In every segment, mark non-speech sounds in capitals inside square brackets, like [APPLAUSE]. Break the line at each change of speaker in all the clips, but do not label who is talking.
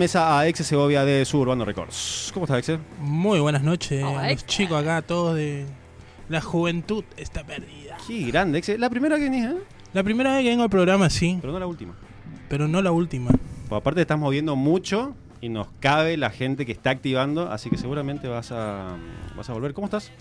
Mesa a Exe Segovia de su Urbano Records. ¿Cómo estás, Exe?
Muy buenas noches
Hola,
a los
Héctor.
chicos acá, todos de... La juventud está perdida.
Qué grande, Exe. La primera que venís, ¿eh?
La primera vez que vengo al programa, sí,
Pero no la última.
pero no la última.
Pues aparte, te estás moviendo mucho y nos cabe la gente que está activando, así que seguramente vas a, vas a volver. ¿Cómo estás?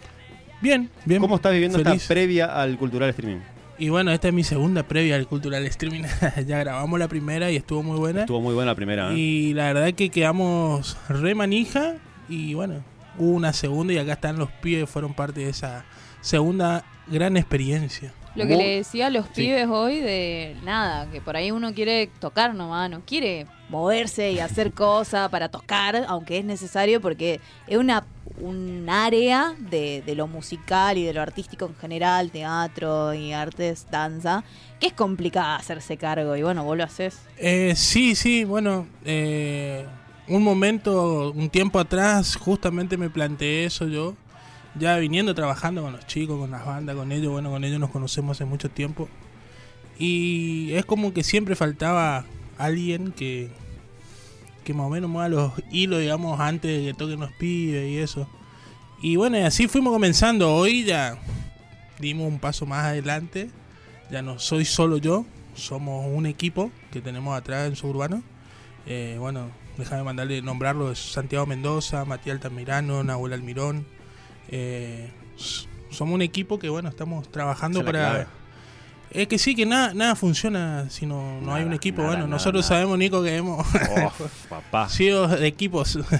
Bien, bien.
¿Cómo estás viviendo
feliz. ¿Eh?
esta previa al cultural streaming?
Y bueno, esta es mi segunda previa al Cultural Streaming. [LAUGHS] ya grabamos la primera y estuvo muy buena.
Estuvo muy buena la primera, ¿eh?
Y la verdad que quedamos re manija y bueno, hubo una segunda y acá están los pibes que fueron parte de esa segunda gran experiencia.
Lo que
Muy-
le decía a los
Sí.
pibes hoy de nada, que por ahí uno quiere tocar nomás, no quiere moverse y hacer cosas para tocar, aunque es necesario porque es una un área de, de lo musical y de lo artístico en general, teatro y artes, danza, que es complicada hacerse cargo y bueno, vos lo haces.
Eh, sí, sí, bueno, eh, un momento, un tiempo atrás, justamente me planteé eso yo, ya viniendo trabajando con los chicos, con las bandas, con ellos, bueno, con ellos nos conocemos hace mucho tiempo. Y es como que siempre faltaba alguien que, que más o menos mueva los hilos, digamos, antes de que toquen los pibes y eso. Y bueno, y así fuimos comenzando. Hoy ya dimos un paso más adelante. Ya no soy solo yo, somos un equipo que tenemos atrás en Suburbano. Eh, bueno, déjame mandarle nombrarlo: es Santiago Mendoza, Matías Altamirano, Nahuel Almirón. Eh, s- somos un equipo que, bueno, estamos trabajando
Esa es la
para.
clave.
Es que sí, que nada, nada funciona si no, no hay
Nada,
un equipo.
nada,
bueno,
nada,
nosotros
nada.
sabemos, Nico, que hemos [LAUGHS]
Oh, papá.
sido de equipos. [LAUGHS]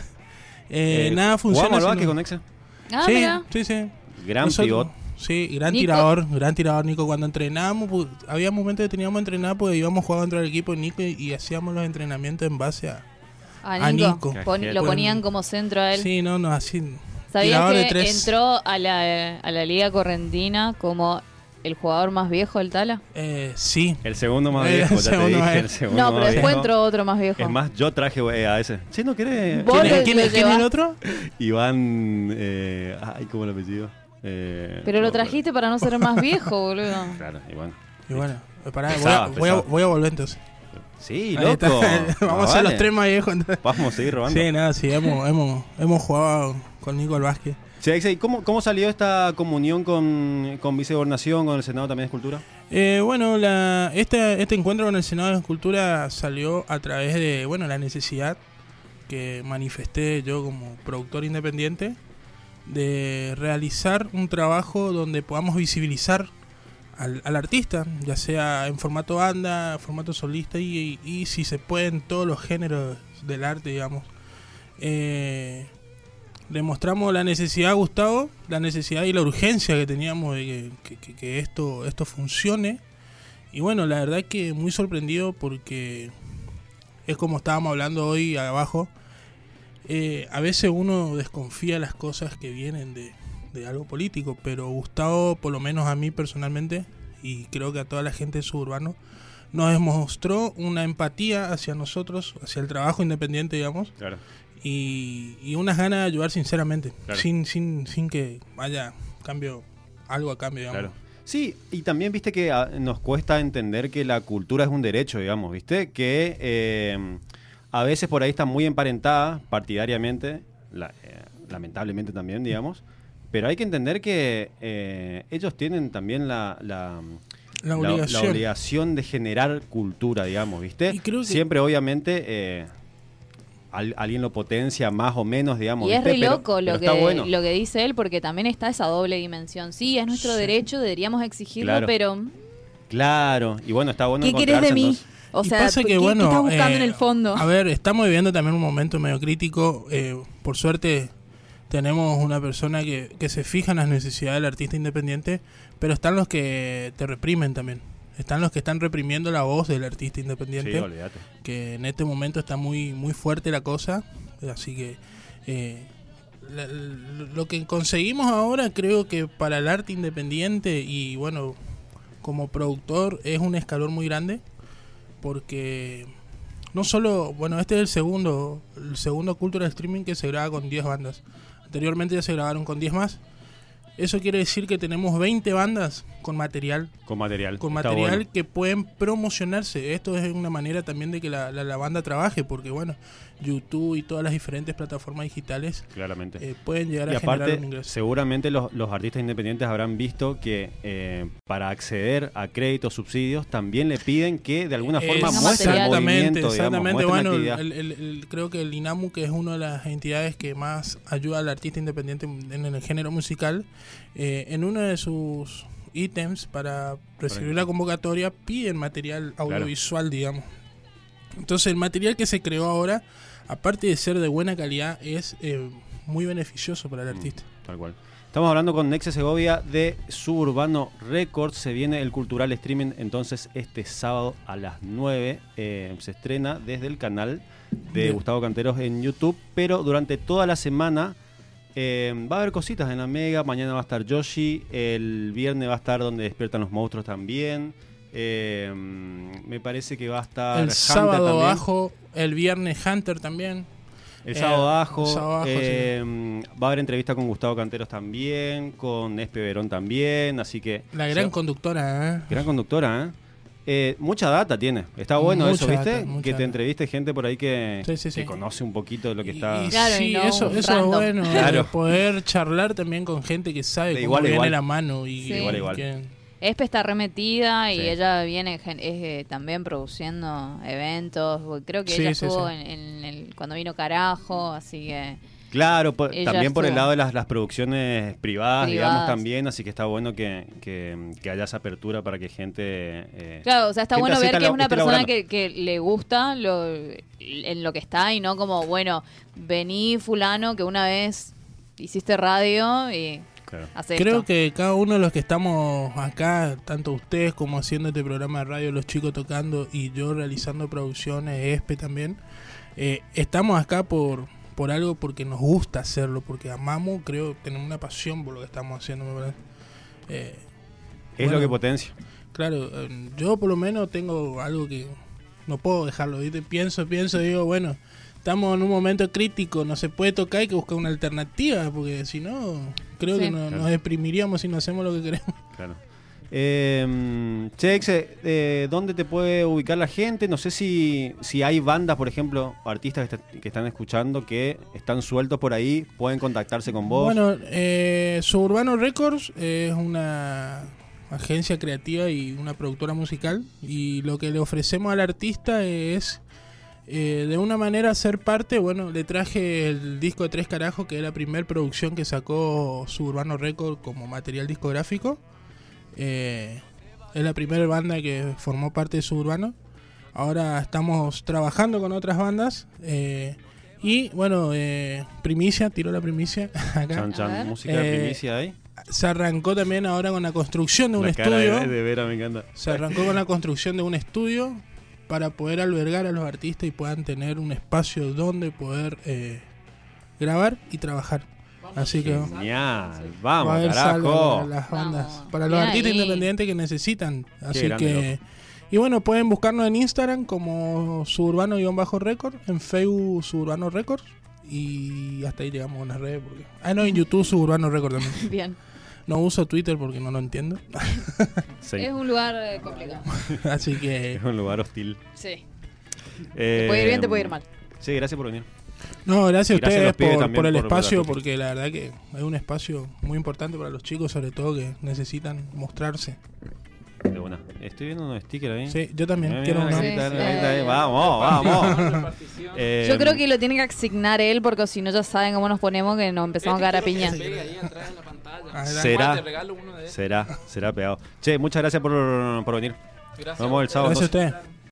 Eh,
Eh,
nada funciona.
Jugamos al
si
básquet
no-
con Exe.
Ah,
sí,
mira.
sí, sí.
Gran
Nosotros-
pivot.
Sí, gran
Nico.
tirador, gran tirador Nico. Cuando entrenábamos, pu- había momentos que teníamos que entrenar porque íbamos jugando dentro del equipo de Nico y, y hacíamos los entrenamientos en base a...
A
A
Nico.
Nico.
Pon- lo ponían como centro a él.
Sí, no, no, así...
¿Sabías
tirador de
que
tres.
entró a la, a la Liga Correntina como el jugador más viejo del Tala?
Eh, sí,
El segundo más
Eh, [LAUGHS]
viejo,
el
ya te
segundo
dije.
es-
El [LAUGHS] segundo
No, pero
más
después
viejo.
entró otro más viejo.
Es más, yo traje eh, a ese. Si no querés.
Vos
¿Quién, es-
le-
quién
lo
es- quién es el
llevás.
otro?
Iván. Eh, ay, ¿cómo el apellido? Eh,
Pero lo
no,
trajiste para no ser más
[LAUGHS]
viejo, boludo.
Claro, Iván.
Y bueno, eh, pará, voy,
Pesaba,
a, voy, a,
pesaba.
voy a volver entonces. [LAUGHS]
Sí,
Ahí
loco.
está. [LAUGHS] Vamos a
Ah,
ser
Vale.
los tres más viejos. entonces.
Vamos a seguir robando.
Sí, nada, sí, hemos, [LAUGHS] hemos, hemos jugado con Nico al básquet.
Che, Axel, ¿y ¿cómo, cómo salió esta comunión con, con Vicegobernación, con el Senado también de Escultura?
Eh, bueno, la, este, este encuentro con el Senado de Cultura salió a través de bueno la necesidad que manifesté yo como productor independiente de realizar un trabajo donde podamos visibilizar al, al artista, ya sea en formato banda, formato solista y, y- y si se puede en todos los géneros del arte, digamos. Eh, le mostramos la necesidad a Gustavo, la necesidad y la urgencia que teníamos de que, que- que esto, esto funcione. Y bueno, la verdad que muy sorprendido porque es como estábamos hablando hoy abajo. eh, a veces uno desconfía las cosas que vienen de, de algo político, pero Gustavo, por lo menos a mí personalmente, y creo que a toda la gente suburbano, nos demostró una empatía hacia nosotros, hacia el trabajo independiente, digamos,
Claro.
y, y unas ganas de ayudar sinceramente,
Claro.
sin, sin, sin que haya cambio, algo a cambio, digamos.
Claro. Sí, y también viste que ah, nos cuesta entender que la cultura es un derecho, digamos, viste, que eh, a veces por ahí está muy emparentada partidariamente, la- eh, lamentablemente también, digamos, pero hay que entender que eh, ellos tienen también la, la-
La obligación.
obligación de generar cultura, digamos, viste.
Y creo que-
Siempre, obviamente... eh, al- alguien lo potencia más o menos, digamos.
Y es
¿viste?
re
Pero-
loco
pero
lo, que,
está bueno.
lo que dice él, porque también está esa doble dimensión. Sí, es nuestro
Sí.
derecho, deberíamos exigirlo,
Claro.
pero mm,
Claro, y bueno, está bueno
¿qué querés
encontrarse,
de mí?
entonces.
O
Y
sea,
pasa
¿qué,
que,
qué
bueno,
estás buscando
eh,
en el fondo?
A ver, estamos viviendo también un momento medio crítico. eh, por suerte tenemos una persona que, que se fija en las necesidades del artista independiente, pero están los que te reprimen también. Están los que están reprimiendo la voz del artista independiente.
Sí, olvídate.
que en este momento está muy muy fuerte la cosa así que eh, la- lo que conseguimos ahora creo que para el arte independiente y bueno como productor es un escalón muy grande porque no solo bueno este es el segundo el segundo cultural streaming que se graba con 10 bandas anteriormente ya se grabaron con 10 más Eso quiere decir que tenemos 20 bandas con material
Con material.
con
Está
material
bueno.
que pueden promocionarse. Esto es una manera también de que la, la- la banda trabaje, porque bueno, YouTube y todas las diferentes plataformas digitales
Claramente.
eh, pueden llegar
Y
a generar
aparte,
un ingreso.
seguramente los, los artistas independientes habrán visto que eh, para acceder a créditos, subsidios, también le piden que de alguna forma
Exactamente,
muestren el movimiento, digamos,
Eh, exactamente.
muestren
Bueno,
actividad.
el- el- el- creo que el INAMU, que es una de las entidades que más ayuda al artista independiente en en el género musical, eh, en uno de sus ítems para recibir la convocatoria piden material audiovisual, digamos. Entonces el material que se creó ahora, aparte de ser de buena calidad, es eh, muy beneficioso para el
Mm.
artista.
Tal cual. Estamos hablando con Nexe Segovia de Suburbano Records. Se viene el cultural streaming entonces este sábado a las 9. eh, se estrena desde el canal de
Bien.
Gustavo Canteros en YouTube. Pero durante toda la semana eh, va a haber cositas en la Mega. Mañana va a estar Yoshi. El viernes va a estar donde despiertan los monstruos también. eh, me parece que va a estar Ah,
el
Hunter
sábado
también.
abajo, el viernes Hunter también.
El
Eh,
sábado abajo.
el sábado abajo,
eh, Va a haber entrevista con Gustavo Canteros también, con Espe Verón también, así que...
La gran
o sea,
conductora, ¿eh?
gran conductora, ¿eh? Eh, mucha data tiene. Está bueno
Mucha
eso, ¿viste?
data, mucha
que te
data.
entreviste gente por ahí que,
Sí, sí,
que
sí.
conoce un poquito de lo que
Y-
está...
y
Claro,
sí,
y no
eso,
un
eso es
random.
bueno.
Claro.
de Poder charlar también con gente que sabe
De
cómo
igual a
viene
igual.
la mano. Y,
Sí. De igual a
igual.
que-
Espe está remetida y
Sí.
ella viene gen- es, eh, también produciendo eventos. Creo que
Sí,
ella
sí,
estuvo
sí.
En, en el, cuando vino Carajo, así que
Claro, por-
Ella
también por el
estuvo.
lado de las, las producciones privadas, digamos,
Privadas.
también, así que está bueno que, que- que haya esa apertura para que gente... eh,
Claro, o sea, está
gente
bueno
así
ver que
está
es
la-
una
esté
persona
laburando.
que, que le gusta lo, en lo que está y no como, bueno, vení fulano que una vez hiciste radio y
Claro.
hace
Creo
esto.
que cada uno de los que estamos acá, tanto ustedes como haciendo este programa de radio, los chicos tocando y yo realizando producciones, ESPE también, eh, estamos acá por, por algo porque nos gusta hacerlo, porque amamos, creo, tenemos una pasión por lo que estamos haciendo, me parece. Eh,
Es
Bueno.
lo que potencia.
Claro, eh, yo por lo menos tengo algo que no puedo dejarlo. ¿viste? Pienso, pienso, digo, bueno, estamos en un momento crítico, no se puede tocar, hay que buscar una alternativa, porque si no, creo
Sí.
que no-
Claro.
nos deprimiríamos si no hacemos lo que queremos.
Claro. Eh, che, Exe, eh, ¿dónde te puede ubicar la gente? No sé si, si hay bandas, por ejemplo, artistas que, est- que están escuchando que están sueltos por ahí, pueden contactarse con vos.
Bueno, eh, Suburbano Records es una agencia creativa y una productora musical y lo que le ofrecemos al artista es eh, de una manera ser parte, bueno, le traje el disco de Tres Carajos que es la primer producción que sacó Suburbano Records como material discográfico. Eh, es la primera banda que formó parte de Suburbano. Ahora estamos trabajando con otras bandas. eh, y bueno, eh, primicia, tiró la primicia [LAUGHS] acá.
Chan, chan,
A ver.
música de
Eh,
primicia ahí.
Se arrancó también ahora con la construcción de un
La cara
estudio.
de, de Vera me encanta.
Se arrancó con la construcción de un estudio para poder albergar a los artistas y puedan tener un espacio donde poder eh, grabar y trabajar. Así que
Genial,
va a
vamos,
haber saldo
carajo.
para las
Vamos.
bandas, para los
Bien
artistas
ahí.
independientes que necesitan. Así
grande,
que y bueno, pueden buscarnos en Instagram como suburbano-record, en Facebook suburbano record y hasta ahí llegamos con las redes porque ah no, en YouTube suburbano record también.
[LAUGHS] Bien,
No uso Twitter porque no lo entiendo. [LAUGHS]
Sí,
es un lugar eh, complicado.
Así que
es un lugar hostil.
Sí,
Eh,
puede ir bien, te puede ir mal.
Sí, gracias por venir.
No, gracias a
Gracias a los
ustedes
pibes
por,
también
por el
por
espacio,
vernos.
porque la verdad que es un espacio muy importante para los chicos, sobre todo que necesitan mostrarse.
De buena. Estoy viendo unos stickers ahí.
Sí, yo también
Mira,
quiero
Ah, mira,
uno.
ahí está,
Sí,
ahí
sí.
está, ahí. Vamos, vamos. Eh,
Yo creo que lo tiene que asignar él porque si no ya saben cómo nos ponemos que nos empezamos a cagar a piña.
Ah, era-
Será.
Te regalo
¿eh?
uno de esos.
Será, será pegado. Che, muchas gracias por, por venir.
Gracias.
Nos vemos el sábado.
Gracias a
entonces.
ustedes.